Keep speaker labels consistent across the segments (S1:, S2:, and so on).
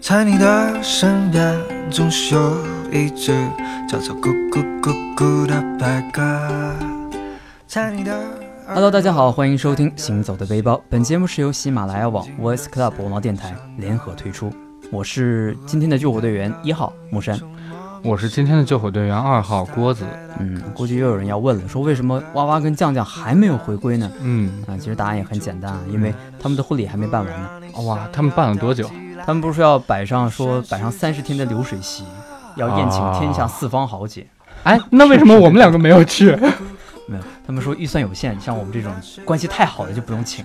S1: 在你的身边，总是有一只叫做咕咕咕咕的白鸽。在你的耳
S2: Hello，大家好，欢迎收听《行走的背包》。本节目是由喜马拉雅网、Voice Club 网络电台联合推出。我是今天的救火队员一号木山。
S3: 我是今天的救火队员二号郭子。
S2: 嗯，估计又有人要问了，说为什么哇哇跟酱酱还没有回归呢？
S3: 嗯，
S2: 啊，其实答案也很简单，啊，因为他们的婚礼还没办完呢。
S3: 哇，他们办了多久？
S2: 他们不是要摆上说摆上三十天的流水席，要宴请天下四方豪杰。
S3: 哎，那为什么我们两个没有去
S2: 没有，他们说预算有限，像我们这种关系太好的就不用请。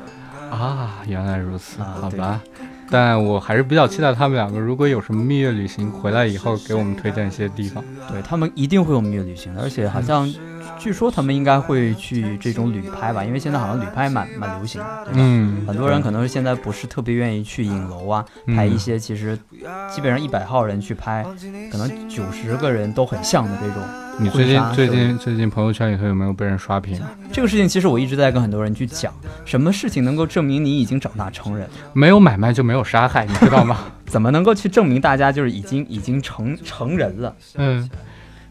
S3: 啊？原来如此，
S2: 啊
S3: 好吧。但我还是比较期待他们两个，如果有什么蜜月旅行回来以后，给我们推荐一些地方。
S2: 对他们一定会有蜜月旅行的，而且好像据说他们应该会去这种旅拍吧，因为现在好像旅拍蛮蛮流行的，对吧？
S3: 嗯，
S2: 很多人可能是现在不是特别愿意去影楼啊，
S3: 嗯
S2: 拍一些其实基本上一百号人去拍，可能九十个人都很像的这种。
S3: 你最
S2: 婚
S3: 近
S2: 纱
S3: 最近最近朋友圈里头有没有被人刷屏？
S2: 这个事情其实我一直在跟很多人去讲，什么事情能够证明你已经长大成人？
S3: 没有买卖就没有杀害，你知 道吗？
S2: 怎么能够去证明大家就是已经已经成成人了？
S3: 嗯，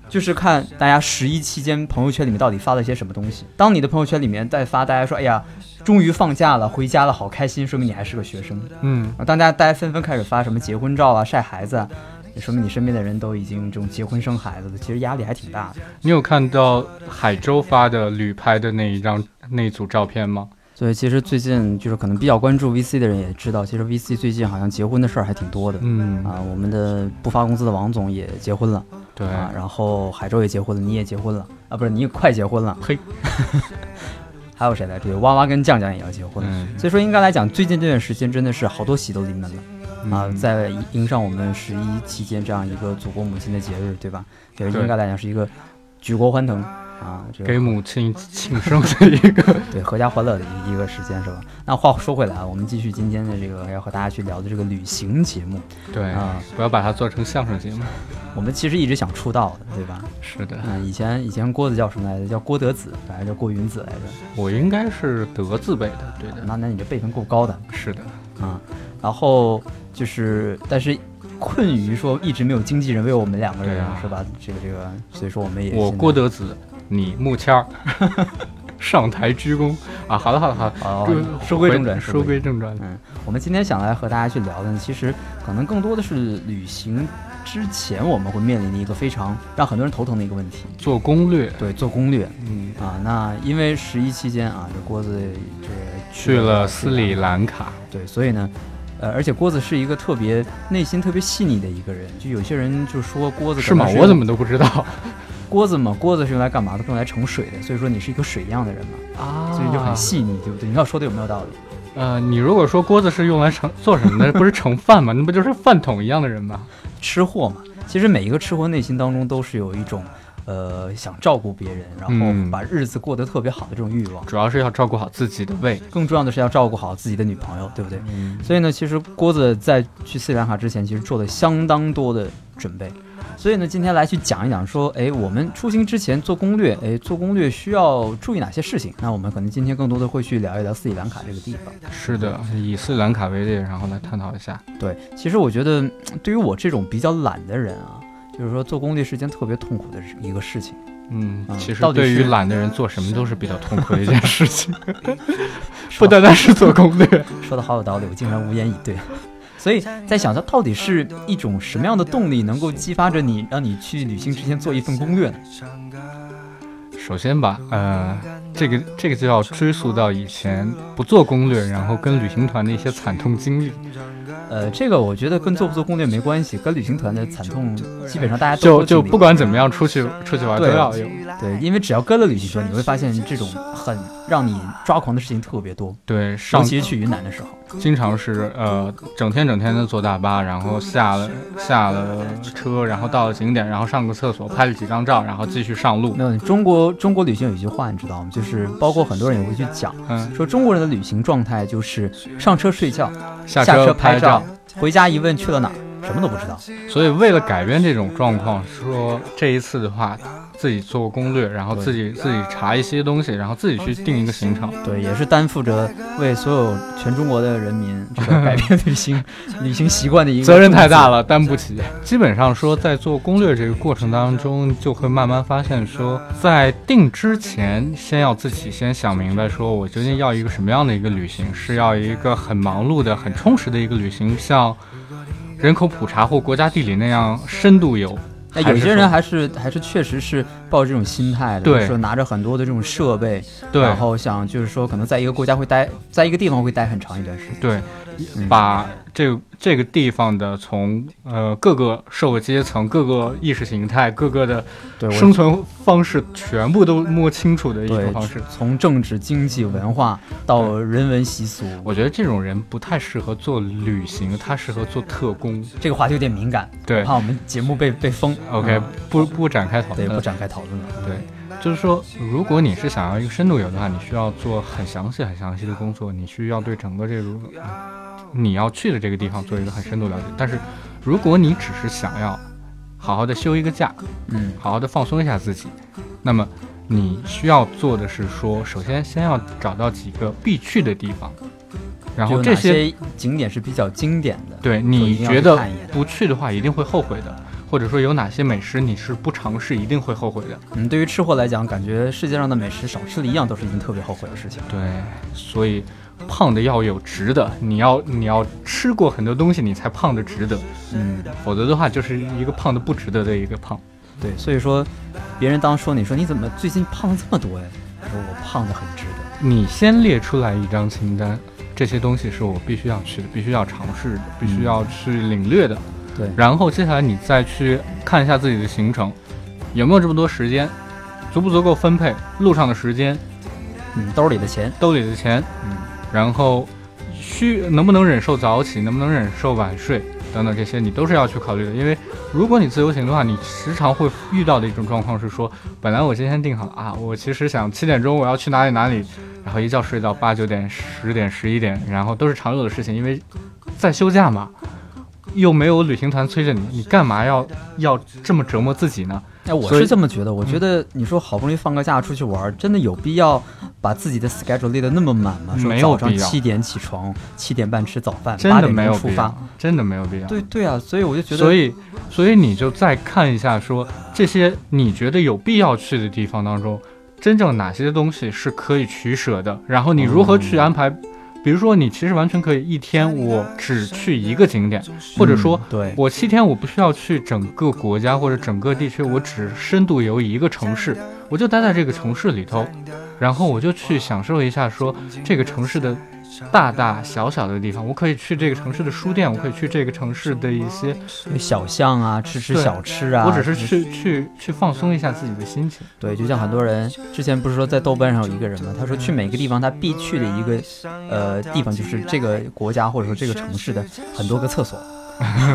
S2: 就是看大家十一期间朋友圈里面到底发了些什么东西。当你的朋友圈里面在发，大家说：“哎呀，终于放假了，回家了，好开心！”说明你还是个学生。
S3: 嗯，
S2: 啊，当大家大家纷纷开始发什么结婚照啊、晒孩子啊，也说明你身边的人都已经这种结婚生啊孩子了，其实压力还挺大的。
S3: 你有看到海州发的旅拍的那一张那一组照片吗？
S2: 所以其实最近就是可能比较关注 VC 的人也知道，其实 VC 最近好像结婚的事儿还挺多的。
S3: 嗯，
S2: 啊，我们的不发工资的王总也结婚了
S3: 对，
S2: 啊，然后海州也结婚了，你也结婚了啊，不是你也快结婚了，
S3: 嘿，
S2: 还有谁来着？对，哇哇跟酱酱也要结婚了。
S3: 嗯
S2: 所以说，应该来讲，最近这段时间真的是好多喜都临门了、啊，
S3: 嗯
S2: 在迎上我们十一期间这样一个祖国母亲的节日，对吧？对，
S3: 对
S2: 应该来讲是一个举国欢腾啊，这
S3: 给
S2: 个
S3: 母亲庆生的一个
S2: 对合家欢乐的一个时间是吧？那话说回来啊，我们继续今天的这个要和大家去聊的这个旅行节目
S3: 对，
S2: 啊，
S3: 不要把它做成相声节目。
S2: 我们其实一直想出道的，对吧？
S3: 是的，
S2: 嗯，以前以前郭子叫什么来着？叫郭德子，还是叫郭云子来着？
S3: 我应该是德字辈的，对的，
S2: 那那你这辈分够高的。
S3: 是的，
S2: 啊，然后就是，但是困于说一直没有经纪人为我们两个
S3: 对
S2: 人、
S3: 啊
S2: 是吧？这个这个，所以说我们也
S3: 我
S2: 现在
S3: 郭德子，你木签 儿，上台鞠躬啊！好了好了好了，
S2: 哦
S3: 就，
S2: 书归正传，
S3: 说归正传。
S2: 嗯，我们今天想来和大家去聊的呢，其实可能更多的是旅行之前我们会面临的一个非常让很多人头疼的一个问题，
S3: 做攻略，
S2: 对，做攻略
S3: 嗯，
S2: 啊。那因为十一期间啊，这郭子这个
S3: 去了斯里兰卡，
S2: 对，所以呢，呃，而且郭子是一个特别内心特别细腻的一个人，就有些人就说郭子可
S3: 是吗
S2: 能？
S3: 我怎么都不知道
S2: 锅子嘛？锅子是用来干嘛的？用来盛水的，所以说你是一个水一样的人嘛，
S3: 啊
S2: 所以就很。细腻，对不对？你看我说的有没有道理？
S3: 呃，你如果说锅子是用来盛做什么的，不是盛饭吗？那不就是饭桶一样的人吗？
S2: 吃货嘛，其实每一个吃货内心当中都是有一种，呃，想照顾别人，然后
S3: 嗯
S2: 把日子过得特别好的这种欲望。
S3: 主要是要照顾好自己的胃。
S2: 更重要的是要照顾好自己的女朋友，对不对？
S3: 嗯，
S2: 所以呢，其实郭子在去斯里兰卡之前，其实做了相当多的准备。所以呢，今天来去讲一讲，说，哎，我们出行之前做攻略，哎，做攻略需要注意哪些事情？那我们可能今天更多的会去聊一聊斯里兰卡这个地方。
S3: 是的，
S2: 嗯
S3: 以斯里兰卡为例，然后来探讨一下。嗯
S2: 对，其实我觉得嗯对于我这种比较懒的人啊，就是说做攻略是件特别痛苦的一个事情。
S3: 嗯
S2: 啊，
S3: 其实
S2: 到底
S3: 对于
S2: 是
S3: 懒的人做什么都是比较痛苦的 一件事情， 不
S2: 说
S3: 单单是做攻略。
S2: 说的好有道理，我竟然无言以对。所以在想，它到底是一种什么样的动力，能够激发着你，让你去旅行之前做一份攻略呢？
S3: 首先吧，呃，这个这个就要追溯到以前不做攻略，然后跟旅行团的一些惨痛经历。
S2: 呃，这个我觉得跟做不做攻略没关系，跟旅行团的惨痛基本上大家都
S3: 就
S2: 会
S3: 就
S2: 经历
S3: 不管怎么样，出去出去玩都
S2: 对
S3: 要有。
S2: 对，因为只要跟了旅行团，你会发现这种很让你抓狂的事情特别多，
S3: 对，
S2: 尤
S3: 上
S2: 其是去云南的时候。
S3: 经常是呃，整天整天的坐大巴，然后下了下了车，然后到了景点，然后上个厕所，拍了几张照，然后继续上路。
S2: 没有，中国中国旅行有一句话，你知道吗？就是包括很多人也会去讲，
S3: 嗯，
S2: 说中国人的旅行状态就是上车睡觉，
S3: 下
S2: 下车
S3: 拍
S2: 照，回家一问去了哪儿，什么都不知道。
S3: 所以为了改变这种状况，说这一次的话，自己做攻略，然后
S2: 对嗯
S3: 自己自己查一些东西，然后自己去定一个行程。
S2: 对，也是担负着为所有全中国的人民这个改变旅 行旅行习惯的一个
S3: 责任太大
S2: 了。
S3: 了，担不起。基本上说，在做攻略这个过程当中，就会慢慢发现说，在定之前，先要自己先想明白，说我究竟要一个什么样的一个旅行，是要一个很忙碌的、很充实的一个旅行，像人口普查或国家地理那样深度游。
S2: 哎，
S3: 还
S2: 有
S3: 是
S2: 些
S3: 说
S2: 人还是还是确实是抱着这种心态的，
S3: 对
S2: 就是说拿着很多的这种设备，
S3: 对
S2: 然后想就是说可能在一个国家会待，在一个地方会待很长一段时间。嗯
S3: 对，嗯把这个这个地方的从呃各个社会阶层、各个意识形态、各个的
S2: 对，我
S3: 生存方式全部都摸清楚的一种
S2: 对
S3: 方式。
S2: 从政治、经济、文化到人文习俗，
S3: 我觉得这种人不太适合做旅行，他适合做特工。
S2: 这个话题有点敏感，
S3: 对
S2: 怕我们节目被被封。
S3: ，OK，、
S2: 嗯
S3: 不不展开讨
S2: 啊对，
S3: 论
S2: 不
S3: 了。
S2: 展开讨论了。
S3: 对，就是说，如果你是想要一个深度游的话，你需要做很详细、很详细的工作，你需要对整个这个你要去的这个地方做一个很深度了解。但是，如果你只是想要好好的休一个假，
S2: 嗯，
S3: 好好的放松一下自己，那么你需要做的是说，首先先要找到几个必去的地方，然
S2: 就
S3: 后
S2: 有
S3: 这
S2: 哪
S3: 些
S2: 些景点是比较经典的？
S3: 对
S2: 就一
S3: 你
S2: 定要去
S3: 觉得
S2: 看一眼
S3: 不去的话一定会后悔的，或者说有哪些美食你是不尝试一定会后悔的。
S2: 嗯，对于吃货来讲，感觉世界上的美食少吃了一样都是一件特别后悔的事情。
S3: 对，所以胖的要有值得，你要你要吃过很多东西你才胖的值得，
S2: 嗯，
S3: 否则的话就是一个胖的不值得的一个胖。
S2: 对，所以说，别人当说你说你怎么最近胖了这么多呀？我说我胖的很值得。
S3: 你先列出来一张清单，这些东西是我必须要去的，必须要尝试的，必须要去领略的。
S2: 对
S3: 然后接下来你再去看一下自己的行程，有没有这么多时间，足不足够分配路上的时间，
S2: 嗯，兜里的钱，
S3: 兜里的钱，
S2: 嗯，
S3: 然后需能不能忍受早起，能不能忍受晚睡等等这些，你都是要去考虑的。因为如果你自由行的话，你时常会遇到的一种状况是说，本来我今天定好啊，我其实想七点钟我要去哪里哪里，然后一觉睡到八九点、十点、十一点，然后都是常有的事情，因为在休假嘛。又没有旅行团催着你，你干嘛要要这么折磨自己呢？
S2: 哎，我
S3: 所以嗯
S2: 是这么觉得。我觉得你说好不容易放个假出去玩儿，真的有必要把自己的 schedule 列得那么满吗？说
S3: 嗯没有
S2: 早上
S3: 必要
S2: 七点起床，七点半吃早饭，
S3: 真
S2: 八
S3: 的
S2: 点
S3: 没
S2: 钟
S3: 有
S2: 出
S3: 必
S2: 发
S3: 要。，真的没有必要。
S2: 对对啊，所以我就觉得，
S3: 所以，所以你就再看一下说，这些你觉得有必要去的地方当中，真正哪些东西是可以取舍的，然后你如何去安排。
S2: 嗯
S3: 比如说，你其实完全可以一天我只去一个景点，或者说
S2: 嗯对，
S3: 我七天我不需要去整个国家或者整个地区，我只深度游一个城市，我就待在这个城市里头，然后我就去享受一下说这个城市的大大小小的地方。我可以去这个城市的书店，我可以去这个城市的一些
S2: 小巷啊，吃吃
S3: 对
S2: 小吃啊，
S3: 我只是去去去放松一下自己的心情。
S2: 对，就像很多人之前不是说在豆瓣上有一个人嘛，他说去每个地方他必去的一个呃地方就是这个国家或者说这个城市的很多个厕所，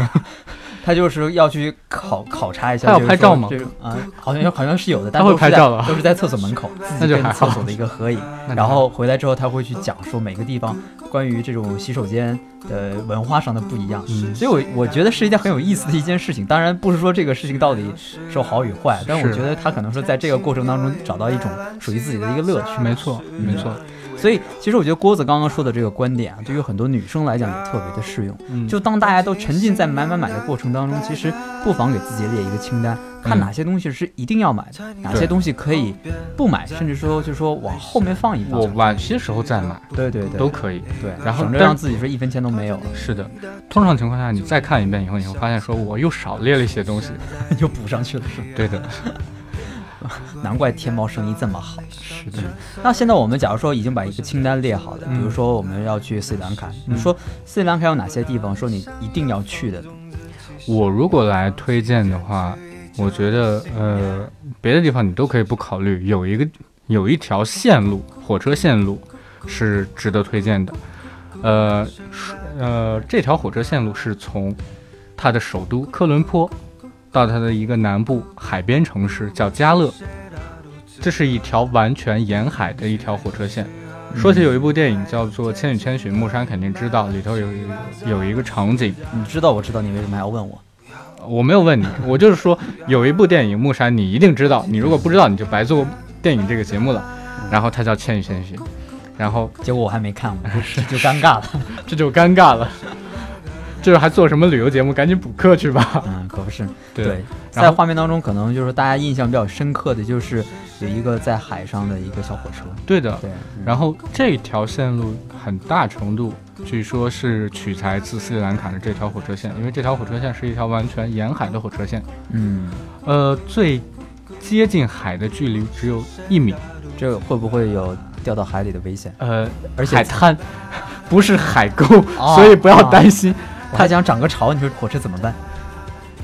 S2: 他就是要去考考察一下。
S3: 他有
S2: 就是
S3: 拍
S2: 说
S3: 照吗
S2: 这个啊、好像好像是有的，但
S3: 他会
S2: 都是
S3: 拍
S2: 在
S3: 照的啊
S2: 都是在厕所门口自
S3: 那
S2: 己
S3: 就
S2: 跟
S3: 还
S2: 厕
S3: 好
S2: 所的一个合影。
S3: 那
S2: 然后回来之后他会去讲说每个地方关于这种洗手间的文化上的不一样，
S3: 嗯
S2: 所以我我觉得是一件很有意思的一件事情。当然不是说这个事情到底是好与坏，但我
S3: 是
S2: 觉得他可能是在这个过程当中找到一种属于自己的一个乐趣。
S3: 没错，没错，
S2: 所以其实我觉得郭子刚刚说的这个观点啊，对于很多女生来讲也特别的适用。
S3: 嗯，
S2: 就当大家都沉浸在买买买的过程当中，其实不妨给自己列一个清单，看
S3: 嗯
S2: 哪些东西是一定要买的，哪些
S3: 对
S2: 东西可以不买，甚至说就是说往后面放一放。
S3: 嗯我晚些时候再买
S2: 对对对，
S3: 都可以。
S2: 对，
S3: 然后
S2: 省着
S3: 但
S2: 让自己说一分钱都没有了，
S3: 是的，通常情况下，你再看一遍以后，你会发现说我又少列了一些东西。
S2: 又补上去了，是吧
S3: 对的，
S2: 难怪天猫生意这么好。
S3: 是的，
S2: 那现在我们假如说已经把一个清单列好了，比
S3: 嗯
S2: 如说我们要去斯里兰卡，你说斯里兰卡有哪些地方说你一定要去的？
S3: 我如果来推荐的话，我觉得呃，别的地方你都可以不考虑，有一个有一条线路，火车线路是值得推荐的。呃，是呃，这条火车线路是从它的首都科伦坡到它的一个南部海边城市叫加勒，这是一条完全沿海的一条火车线。说起有一部电影叫做《千与千寻》，木山肯定知道，里头有一有一个场景，
S2: 你知道我知道你为什么还要问我？
S3: 我没有问你，我就是说有一部电影《木山》，你一定知道，你如果不知道，你就白做电影这个节目了。然后它叫《千与千寻》，然后
S2: 结果我还没看， 我就就尴尬了。
S3: 这就尴尬了，这还做什么旅游节目？赶紧补课去吧。
S2: 嗯，可不是。
S3: 对
S2: 对，
S3: 然
S2: 在
S3: 后
S2: 画面当中，可能就是大家印象比较深刻的就是有一个在海上的一个小火车。
S3: 对的。
S2: 对，嗯
S3: 然后这条线路很大程度据说是取材自斯里兰卡的这条火车线，因为这条火车线是一条完全沿海的火车线，
S2: 嗯，
S3: 呃，最接近海的距离只有一米，
S2: 嗯这个会不会有掉到海里的危险？
S3: 呃，
S2: 而且
S3: 海 滩不是海沟，
S2: 哦
S3: 所以不要担心。
S2: 我还想涨个潮，你说火车怎么办？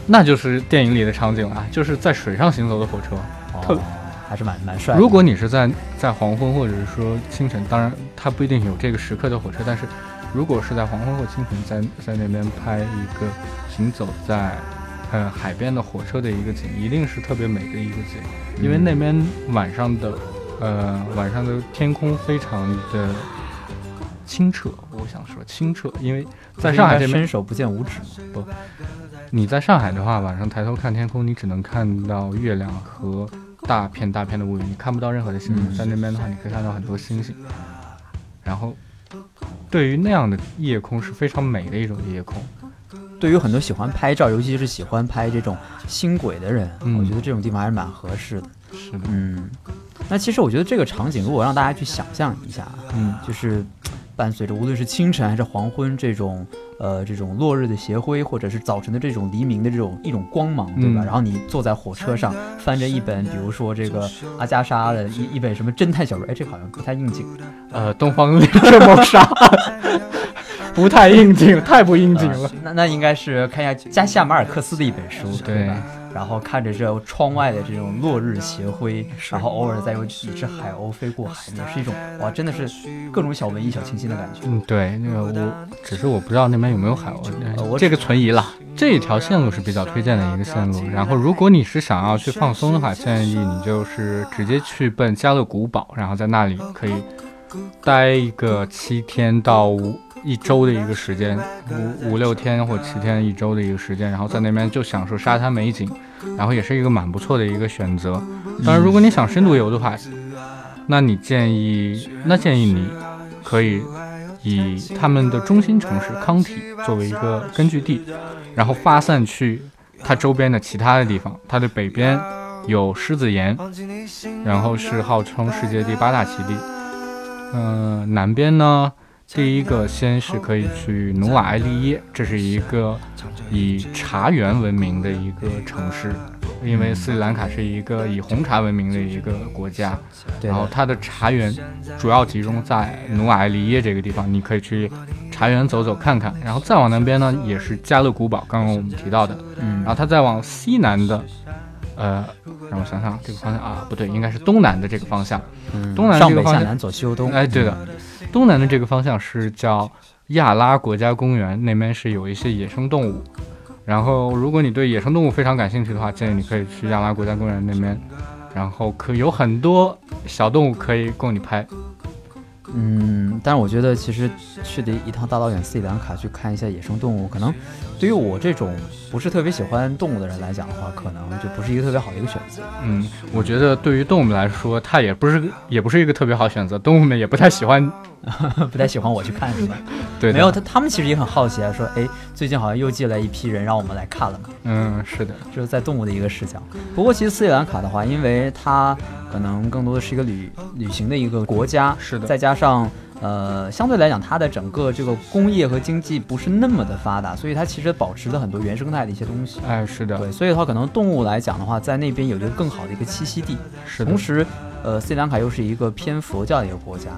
S3: 那就是电影里的场景了，就是在水上行走的火车。特
S2: 哦，还是蛮蛮帅的。
S3: 如果你是在在黄昏或者是说清晨，当然它不一定有这个时刻的火车，但是如果是在黄昏或清晨在在那边拍一个行走在呃海边的火车的一个景，一定是特别美的一个景，因为
S2: 嗯
S3: 那边晚上的呃晚上的天空非常的清澈，我想说清澈，因为在上海这
S2: 应该
S3: 边
S2: 伸手不见五指嘛，
S3: 你在上海的话，晚上抬头看天空，你只能看到月亮和大片大片的乌云，你看不到任何的星星。
S2: 嗯
S3: 在那边的话，你可以看到很多星星。然后，对于那样的夜空是非常美的一种夜空。
S2: 对于很多喜欢拍照，尤其是喜欢拍这种星轨的人，
S3: 嗯
S2: 我觉得这种地方还是蛮合适的。
S3: 是的，
S2: 嗯，那其实我觉得这个场景，如果让大家去想象一下啊，
S3: 嗯，
S2: 就是伴随着无论是清晨还是黄昏这种呃这种落日的斜晖，或者是早晨的这种黎明的这种一种光芒，对吧？
S3: 嗯
S2: 然后你坐在火车上，翻着一本，比如说这个阿加莎的一一本什么侦探小说，哎，这个好像不太应景，
S3: 呃，东方 列车谋杀不太应景，太 不应景了。
S2: 呃那那应该是看一下加西亚马尔克斯的一本书，
S3: 对
S2: 吧？然后看着这窗外的这种落日斜晖，然后偶尔再有几只海鸥飞过海面，是一种哇，真的是各种小文艺、小清新的感觉。
S3: 嗯，对，那个我只是我不知道那边有没有海鸥，
S2: 呃
S3: 但
S2: 我
S3: 这个存疑了。这一条线路是比较推荐的一个线路。然后，如果你是想要去放松的话，建议你就是直接去奔加勒古堡，然后在那里可以待一个七天到五一周的一个时间，五五六天或七天一周的一个时间，然后在那边就享受沙滩美景，然后也是一个蛮不错的一个选择。当然，如果你想深度游的话，那你建议那建议你可以以他们的中心城市康体作为一个根据地，然后发散去它周边的其他的地方。它的北边有狮子岩，然后是号称世界第八大奇地。嗯、南边呢，第一个先是可以去努瓦埃利耶，这是一个以茶园闻名的一个城市。因为斯里兰卡是一个以红茶闻名的一个国家，
S2: 对
S3: 然后
S2: 的，
S3: 它的茶园主要集中在努瓦埃利耶这个地方，你可以去茶园走走看看。然后再往南边呢，也是加勒古堡，刚刚我们提到的。
S2: 嗯
S3: 然后它再往西南的，呃，让我想想这个方向啊，不对，应该是东南的这个方向。
S2: 嗯
S3: 东南
S2: 上
S3: 这个
S2: 北下
S3: 方向
S2: 南，左西右东，
S3: 哎，对的，东南的这个方向是叫亚拉国家公园，那边是有一些野生动物。然后，如果你对野生动物非常感兴趣的话，建议你可以去亚拉国家公园那边，然后可有很多小动物可以供你拍。
S2: 嗯，但是我觉得其实去的一趟大老远斯里兰卡去看一下野生动物，可能对于我这种不是特别喜欢动物的人来讲的话，可能就不是一个特别好的一个选择。
S3: 嗯，我觉得对于动物们来说，它也不是个也不是一个特别好选择，动物们也不太喜欢。
S2: 不太喜欢我去看是吧？
S3: 对的，
S2: 嗯没有他，他们其实也很好奇啊，说哎，最近好像又进来一批人让我们来看了嘛。
S3: 嗯，是的，
S2: 这是在动物的一个视角。不过其实斯里兰卡的话，因为它可能更多的是一个旅旅行的一个国家，
S3: 是的
S2: 再加上呃，相对来讲它的整个这个工业和经济不是那么的发达，所以它其实保持了很多原生态的一些东西。
S3: 哎，是的，
S2: 对，所以的话，可能动物来讲的话，在那边有一个更好的一个栖息地。
S3: 是的
S2: 同，时，呃，斯里兰卡又是一个偏佛教的一个国家，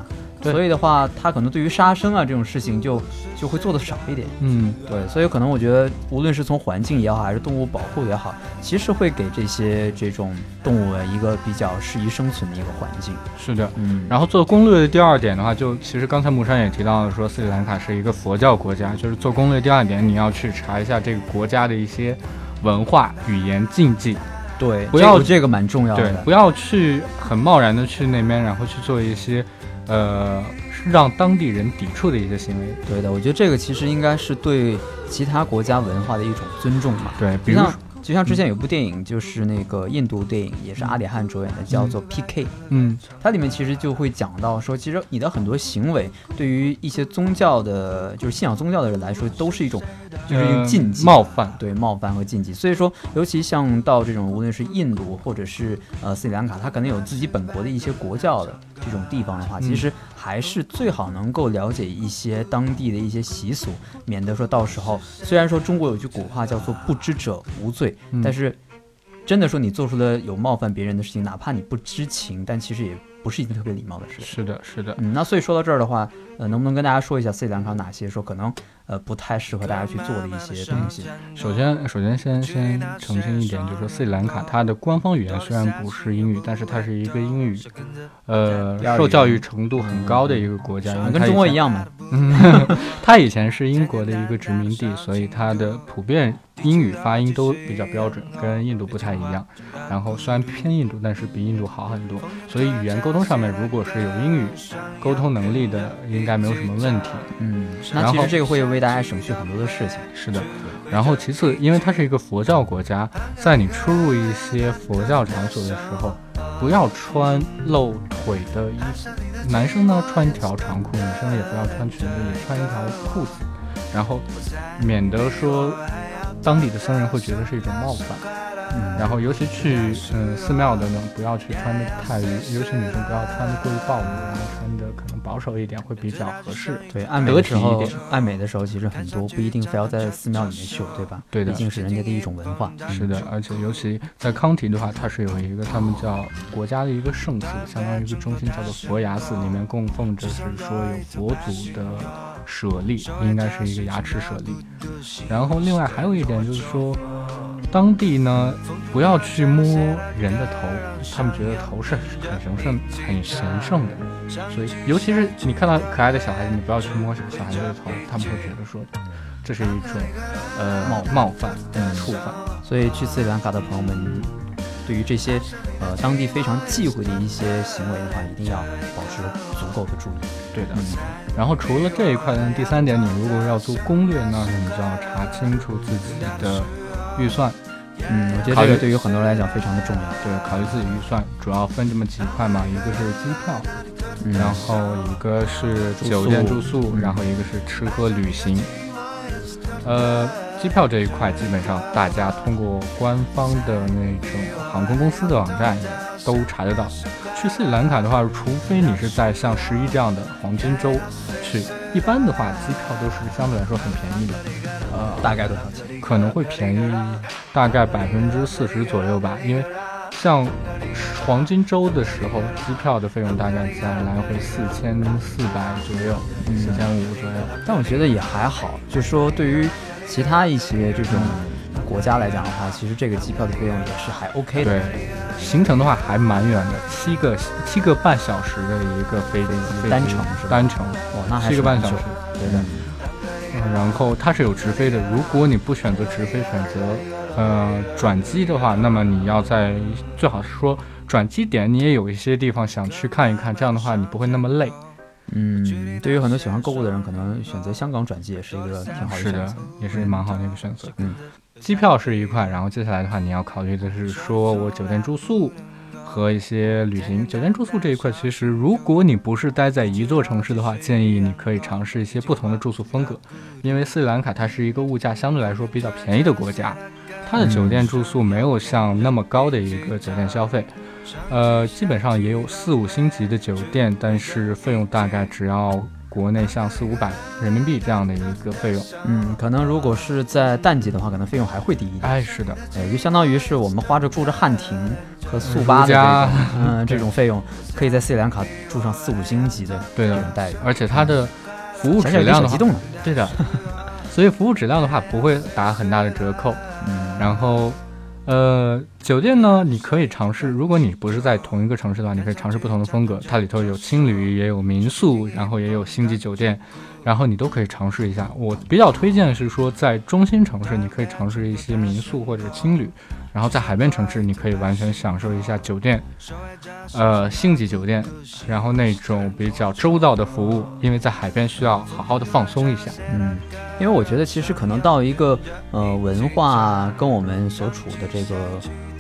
S3: 对
S2: 所以的话，它可能对于杀生啊这种事情就就会做的少一点。
S3: 嗯，
S2: 对，所以可能我觉得，无论是从环境也好，还是动物保护也好，其实会给这些这种动物一个比较适宜生存的一个环境。
S3: 是的。
S2: 嗯，
S3: 然后做攻略的第二点的话，就其实刚才木山也提到了，说斯里兰卡是一个佛教国家，就是做攻略第二点，你要去查一下这个国家的一些文化、语言、禁忌，
S2: 对，
S3: 不要
S2: 这个这个蛮重要
S3: 对
S2: 的，
S3: 不。要去很贸然的去那边，然后去做一些呃让当地人抵触的一些行为。
S2: 对的，我觉得这个其实应该是对其他国家文化的一种尊重嘛。
S3: 对，
S2: 就
S3: 比如
S2: 像
S3: 说，
S2: 就像之前有部电影，就是那个印度电影，也是阿里汉主演的，叫做《PK》。
S3: 嗯
S2: 它里面其实就会讲到说，其实你的很多行为对于一些宗教的，就是信仰宗教的人来说，都是一种就是一种
S3: 呃
S2: 禁忌、
S3: 冒犯。
S2: 对冒犯和禁忌。所以说，尤其像到这种无论是印度或者是呃斯里兰卡，它可能有自己本国的一些国教的这种地方的话，
S3: 嗯
S2: 其实还是最好能够了解一些当地的一些习俗，免得说到时候虽然说中国有句古话叫做“不知者无罪”，
S3: 嗯
S2: 但是真的说你做出了有冒犯别人的事情，哪怕你不知情，但其实也不是一件特别礼貌的事情。
S3: 是的，是的，
S2: 嗯，那所以说到这儿的话，呃，能不能跟大家说一下斯里兰卡有哪些说可能呃不太适合大家去做的一些东西？
S3: 首先，首先先先澄清一点，就是说斯里兰卡它的官方语言虽然不是英语，但是它是一个英语，呃
S2: 第二，语
S3: 受教
S2: 言
S3: 育程度很高的一个国家，因为
S2: 嗯跟
S3: 它以
S2: 中国
S3: 前
S2: 一样嘛，
S3: 它以前是英国的一个殖民地，所以它的普遍英语发音都比较标准，跟印度不太一样。然后虽然偏印度，但是比印度好很多。所以语言沟通上面，如果是有英语沟通能力的，应该没有什么问题。
S2: 嗯，
S3: 然
S2: 那
S3: 后
S2: 其实这个会为大家省去很多的事情。
S3: 是的。然后其次，因为它是一个佛教国家，在你出入一些佛教场所的时候，不要穿露腿的衣服。男生呢穿一条长裤，女生也不要穿裙子，也穿一条裤子，然后免得说当地的僧人会觉得是一种冒犯。
S2: 嗯，
S3: 然后尤其去嗯寺庙的呢，不要去穿的太，尤其女生不要穿的过于暴露，然后穿的可能保守一点会比较合适。
S2: 对，爱美的时候
S3: 得体一，
S2: 爱美的时候其实很多不一定非要在寺庙里面秀，对吧？
S3: 对的
S2: 毕竟是人家的一种文化。
S3: 是的，而且尤其在康提的话，它是有一个他们叫国家的一个圣寺，相当于一个中心叫做佛牙寺，里面供奉着是说有佛祖的舍利，应该是一个牙齿舍利。然后另外还有一点就是说，当地呢不要去摸人的头，他们觉得头是很神圣、很神圣的。所以，尤其是你看到可爱的小孩子，你不要去摸小孩子的头，他们会觉得说这是一种呃
S2: 冒
S3: 冒犯、嗯触犯。
S2: 嗯所以去斯里兰卡的朋友们，对于这些呃当地非常忌讳的一些行为的话，一定要保持足够的注意。
S3: 对的。嗯然后除了这一块呢，第三点，你如果要做攻略呢，你就要查清楚自己的预算，
S2: 嗯，我觉得
S3: 考
S2: 这
S3: 虑
S2: 个对于很多人来讲非常的重要。
S3: 对，考虑自己预算，主要分这么几块嘛，一个是机票，
S2: 嗯
S3: 然后一个是酒店住宿，嗯然后一个是吃喝旅行。呃，机票这一块基本上大家通过官方的那种航空公司的网站也都查得到。去斯里兰卡的话，除非你是在像十一这样的黄金周去，一般的话机票都是相对来说很便宜的，呃，
S2: 大概多少钱？
S3: 可能会便宜大概百分之四十左右吧，因为像黄金周的时候，机票的费用大概在来回四千四百左右，
S2: 嗯
S3: 四千五左右。
S2: 但我觉得也还好，就说对于其他一些这种国家来讲的话，其实这个机票的费用也是还 OK 的
S3: 对。，行程的话还蛮远的，七个七个半小时的一个飞机，
S2: 单
S3: 飞机
S2: 程是吧
S3: 单程，
S2: 哇，哦那还
S3: 七
S2: 是
S3: 个半
S2: 很
S3: 小时
S2: 久。
S3: 对的。嗯然后它是有直飞的，如果你不选择直飞，选择呃转机的话，那么你要在最好是说转机点，你也有一些地方想去看一看，这样的话你不会那么累。
S2: 嗯，对于很多喜欢购物的人，可能选择香港转机也是一个挺好的
S3: 是
S2: 选
S3: 的
S2: 择。，
S3: 也是蛮好的一个选择。
S2: 嗯，
S3: 机票是一块，然后接下来的话，你要考虑的是说我酒店住宿和一些旅行。酒店住宿这一块，其实如果你不是待在一座城市的话，建议你可以尝试一些不同的住宿风格，因为斯里兰卡它是一个物价相对来说比较便宜的国家，它的酒
S2: 嗯
S3: 店住宿没有像那么高的一个酒店消费。呃，基本上也有四五星级的酒店，但是费用大概只要国内像四五百人民币这样的一个费用。
S2: 嗯，可能如果是在淡季的话，可能费用还会低一点。
S3: 哎，是的，
S2: 哎，就相当于是我们花着住着汉庭
S3: 呃
S2: 和速八的这种， 嗯，这种费用，可以在斯里兰卡住上四五星级的
S3: 对
S2: 这
S3: 的
S2: 种待遇。
S3: 而且它的服务
S2: 想
S3: 质
S2: 想有点
S3: 量
S2: 小
S3: 的
S2: 激
S3: 话，
S2: 动了。
S3: 对的，所以服务质量的话不会打很大的折扣。
S2: 嗯，
S3: 然后，呃，酒店呢，你可以尝试，如果你不是在同一个城市的话，你可以尝试不同的风格。它里头有青旅，也有民宿，然后也有星级酒店，然后你都可以尝试一下。我比较推荐是说，在中心城市你可以尝试一些民宿或者青旅，然后在海边城市你可以完全享受一下酒店，呃，星级酒店，然后那种比较周到的服务，因为在海边需要好好的放松一下。
S2: 嗯，因为我觉得其实可能到一个呃文化跟我们所处的这个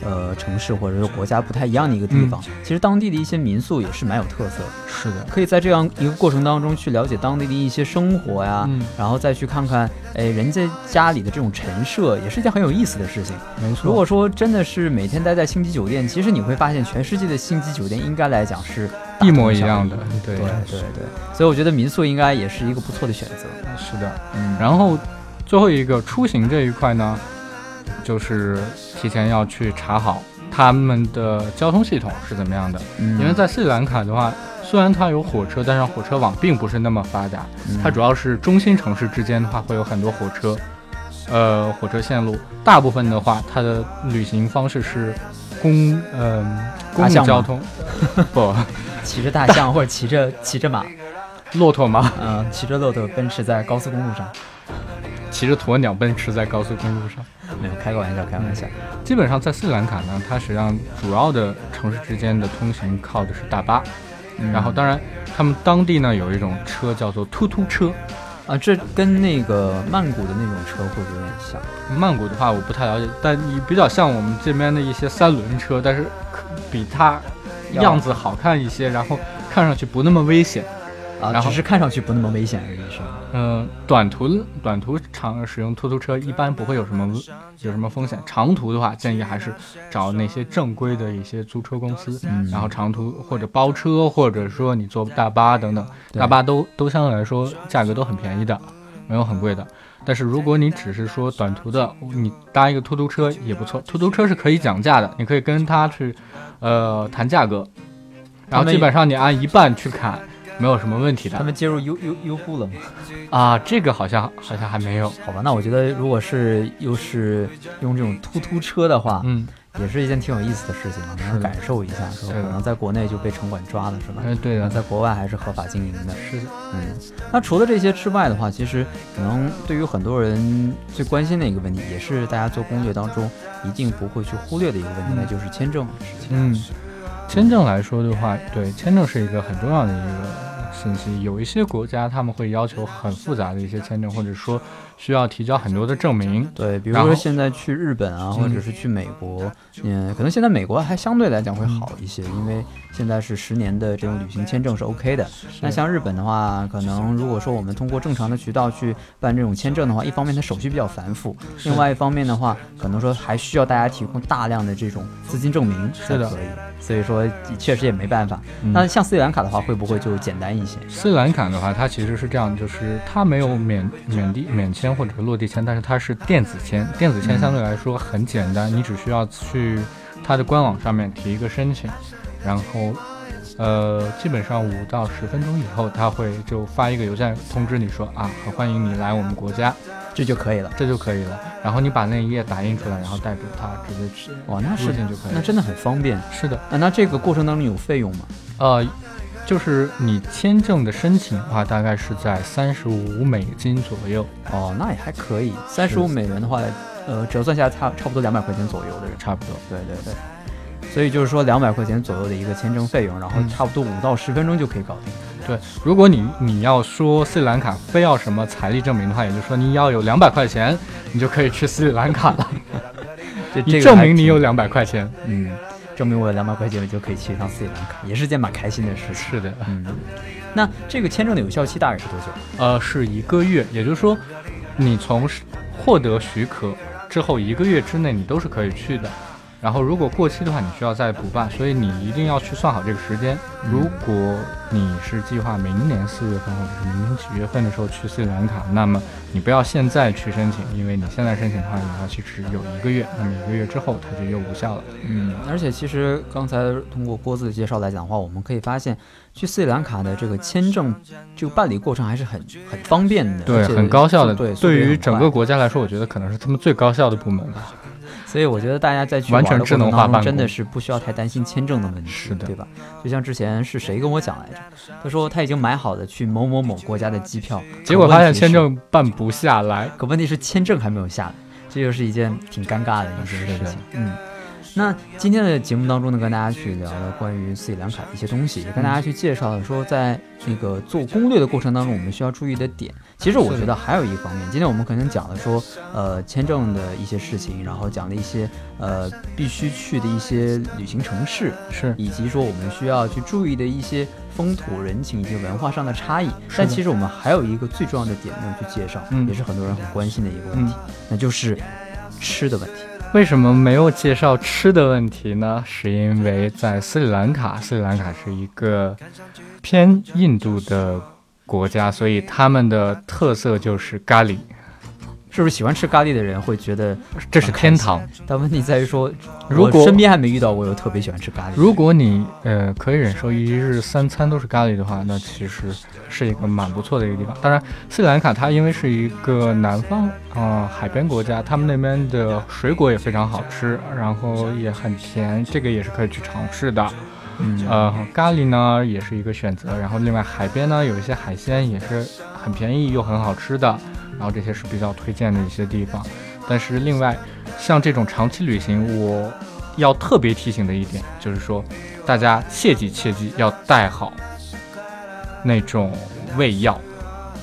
S2: 呃城市或者是国家不太一样的一个地方，
S3: 嗯
S2: 其实当地的一些民宿也是蛮有特色的。
S3: 是的，
S2: 可以在这样一个过程当中去了解当地的一些生活呀，
S3: 嗯
S2: 然后再去看看，哎，人家家里的这种陈设也是一件很有意思的事情。
S3: 没错。
S2: 如果说真的是每天待在星级酒店，其实你会发现全世界的星级酒店应该来讲是大
S3: 一模
S2: 同
S3: 一
S2: 小
S3: 样
S2: 异
S3: 的，
S2: 对
S3: 对，
S2: 对对，所以我觉得民宿应该也是一个不错的选择。
S3: 是的。
S2: 嗯，
S3: 然后最后一个出行这一块呢，就是提前要去查好他们的交通系统是怎么样的，
S2: 嗯
S3: 因为在斯里兰卡的话，虽然它有火车，但是火车网并不是那么发达，它
S2: 嗯
S3: 主要是中心城市之间的话会有很多火车，呃，火车线路，大部分的话它的旅行方式是公嗯、公
S2: 大象吗
S3: 共交 通，不，
S2: 嗯骑着大象或者骑着骑着马，
S3: 骆驼吗？
S2: 嗯，骑着骆驼奔驰在高速公路上，
S3: 骑着鸵鸟奔驰在高速公路上。
S2: 没有开个玩笑，开个玩笑。
S3: 基本上在斯里兰卡呢，它实际上主要的城市之间的通行靠的是大巴，嗯然后当然他们当地呢有一种车叫做突突车，
S2: 啊，这跟那个曼谷的那种车会不会有点像？
S3: 曼谷的话我不太了解，但也比较像我们这边的一些三轮车，但是可比它样子好看一些，然后看上去不那么危险。
S2: 啊，
S3: 然后
S2: 只是看上去不那么危险而已，是吗？
S3: 嗯、短途短途长使用突突车一般不会有什么有什么风险，长途的话建议还是找那些正规的一些租车公司，
S2: 嗯
S3: 然后长途或者包车，或者说你坐大巴等等，
S2: 对
S3: 大巴都都相对来说价格都很便宜的，没有很贵的。但是如果你只是说短途的，你搭一个突突车也不错，突突车是可以讲价的，你可以跟他去，呃，谈价格，然
S2: 他
S3: 后
S2: 们
S3: 基本上你按一半去砍，没有什么问题的
S2: 他。们接入优优优步了吗？
S3: 啊，这个好像好像还没有。
S2: 好吧，那我觉得如果是又是用这种突突车的话，
S3: 嗯，
S2: 也是一件挺有意思的事情，能
S3: 是
S2: 让
S3: 的
S2: 感受一下，说可
S3: 是的
S2: 能在国内就被城管抓了，是吧？
S3: 哎，对
S2: 然
S3: 的，
S2: 后在国外还是合法经营的。
S3: 是的
S2: 嗯，那除了这些之外的话，其实可能对于很多人最关心的一个问题，也是大家做攻略当中一定不会去忽略的一个问题，
S3: 嗯
S2: 那就是签证的事情。
S3: 嗯，签证来说的话，对，签证是一个很重要的一个信息。有一些国家他们会要求很复杂的一些签证，或者说需要提交很多的证明。
S2: 对，比如
S3: 然
S2: 说
S3: 后
S2: 现在去日本啊，或者是去美国，嗯，可能现在美国还相对来讲会好一些，因为现在是十年的这种旅行签证是 OK 的。那像日本的话，可能如果说我们通过正常的渠道去办这种签证的话，一方面它手续比较繁复，
S3: 是
S2: 另外一方面的话，可能说还需要大家提供大量的这种资金证明才
S3: 是的
S2: 可以。所以说确实也没办法。
S3: 嗯
S2: 那像斯里兰卡的话，会不会就简单一些？
S3: 斯里兰卡的话，它其实是这样，就是它没有免免地免签或者是落地签，但是它是电子签。电
S2: 嗯
S3: 子签相对来说很简单，你只需要去它的官网上面提一个申请，然后呃，基本上五到十分钟以后，它会就发一个邮件通知你说啊，很欢迎你来我们国家，
S2: 这就可以了。
S3: 这就可以了。然后你把那一页打印出来，然后带着它直接去
S2: 哇，那
S3: 入
S2: 是
S3: 境就可以
S2: 那
S3: 了。
S2: 真的很方便啊！
S3: 是的，
S2: 那这个过程当中有费用吗？
S3: 呃，就是你签证的申请的话，大概是在三十五美金左右。
S2: 哦，那也还可以，三十五美元的话，呃，折算下来差差不多两百块钱左右的人，
S3: 差不多。
S2: 对对对。所以就是说，两百块钱左右的一个签证费用，然后
S3: 嗯
S2: 差不多五到十分钟就可以搞定。
S3: 对，如果你你要说斯里兰卡非要什么财力证明的话，也就是说你要有两百块钱，你就可以去斯里兰卡了。
S2: 这
S3: 你
S2: 这个
S3: 证
S2: 还
S3: 明你
S2: 挺
S3: 有，两百块钱。
S2: 嗯，证明我有两百块钱，我就可以去一趟斯里兰卡，也是件蛮开心的事情。
S3: 是的，
S2: 嗯，那这个签证的有效期大概是多久？
S3: 呃，是一个月，也就是说你从是获得许可之后一个月之内，你都是可以去的。然后如果过期的话，你需要再补办，所以你一定要去算好这个时间。如果你是计划明年四月份或者是明年几月份的时候去斯里兰卡，那么你不要现在去申请，因为你现在申请的话，你要去只有一个月，那么一个月之后它就又无效了。
S2: 嗯，而且其实刚才通过郭子的介绍来讲的话，我们可以发现，去斯里兰卡的这个签证这个办理过程还是很很方便的，
S3: 对
S2: 而，且
S3: 很高效的。
S2: 对，速度
S3: 对
S2: 也
S3: 于
S2: 很
S3: 整
S2: 快
S3: 个国家来说，我觉得可能是他们最高效的部门吧。
S2: 所以我觉得大家在去
S3: 完
S2: 玩
S3: 全
S2: 的
S3: 智
S2: 过
S3: 能
S2: 程
S3: 化
S2: 当
S3: 办
S2: 中，
S3: 公
S2: 真的是不需要太担心签证的问题，
S3: 是的
S2: 对吧？就像之前是谁跟我讲来着？他说他已经买好了去某某某国家的机票，
S3: 结果发
S2: 可问
S3: 现
S2: 题
S3: 签
S2: 是，
S3: 证办不下来。
S2: 可问题是签证还没有下来，这就是一件挺尴尬的一件事
S3: 是的
S2: 情。嗯，那今天的节目当中呢，跟大家去聊了关于斯里兰卡的一些东西，也跟大家
S3: 嗯
S2: 去介绍了说，在那个做攻略的过程当中，我们需要注意的点。其实我觉得还有一方面，今天我们可能讲了说，呃，签证的一些事情，然后讲了一些呃必须去的一些旅行城市，
S3: 是
S2: 以及说我们需要去注意的一些风土人情以及文化上的差异。
S3: 是的
S2: 但其实我们还有一个最重要的点没有去介绍，
S3: 嗯
S2: 也是很多人很关心的一个问题，那就是吃的问题。
S3: 为什么没有介绍吃的问题呢？是因为在斯里兰卡，斯里兰卡是一个偏印度的国家，所以他们的特色就是咖喱，
S2: 是不是喜欢吃咖喱的人会觉得？
S3: 这是天堂。
S2: 但问题在于说，
S3: 如果
S2: 我身边还没遇到过有特别喜欢吃咖喱的人。
S3: 如果你呃可以忍受一日三餐都是咖喱的话，那其实是一个蛮不错的一个地方。当然，斯里兰卡它因为是一个南方啊、呃海边国家，他们那边的水果也非常好吃，然后也很甜，这个也是可以去尝试的。
S2: 嗯
S3: 呃，咖喱呢也是一个选择，然后另外海边呢有一些海鲜也是很便宜又很好吃的，然后这些是比较推荐的一些地方。但是另外，像这种长期旅行，我要特别提醒的一点就是说，大家切记切记要带好那种胃药，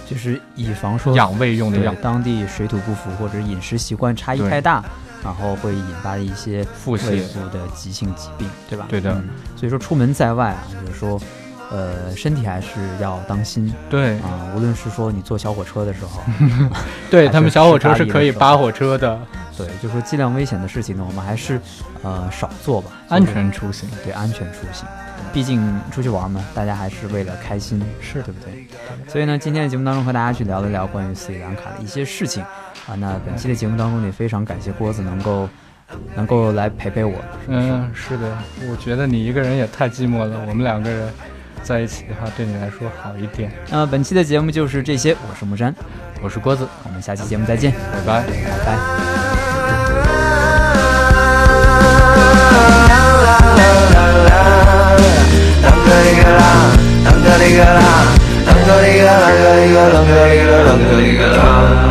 S2: 就是以防说
S3: 养胃用的
S2: 对
S3: 药，
S2: 当地水土不服或者饮食习惯差异
S3: 对
S2: 太大，然后会引发一些
S3: 腹
S2: 胃
S3: 泻。
S2: 部的急性疾病，对吧？
S3: 对的
S2: 嗯所以说出门在外啊，就是说，呃，身体还是要当心
S3: 对
S2: 啊、无论是说你坐小火车的时 候，
S3: 对，
S2: 还
S3: 他们
S2: 是
S3: 小火
S2: 吃咖
S3: 车是
S2: 喱的
S3: 可以
S2: 时候
S3: 扒火车的，
S2: 对，就说尽量危险的事情呢，我们还是呃少做吧，
S3: 安全出行。
S2: 对安全出行。毕竟出去玩嘛，大家还是为了开心，
S3: 是
S2: 对不对？所以呢，今天的节目当中和大家去聊了聊关于斯里兰卡的一些事情啊。那本期的节目当中也非常感谢郭子能够能够来陪陪我，是不是？
S3: 嗯，是的，我觉得你一个人也太寂寞了。我们两个人在一起的话，对你来说好一点。
S2: 那本期的节目就是这些，我是木山，
S3: 我是郭子，
S2: 我们下期节目再见，
S3: 拜拜。
S2: 拜拜。
S1: 啷个哩个啷，啷个哩个啷，啷个哩个啷个哩个啷个哩个啷。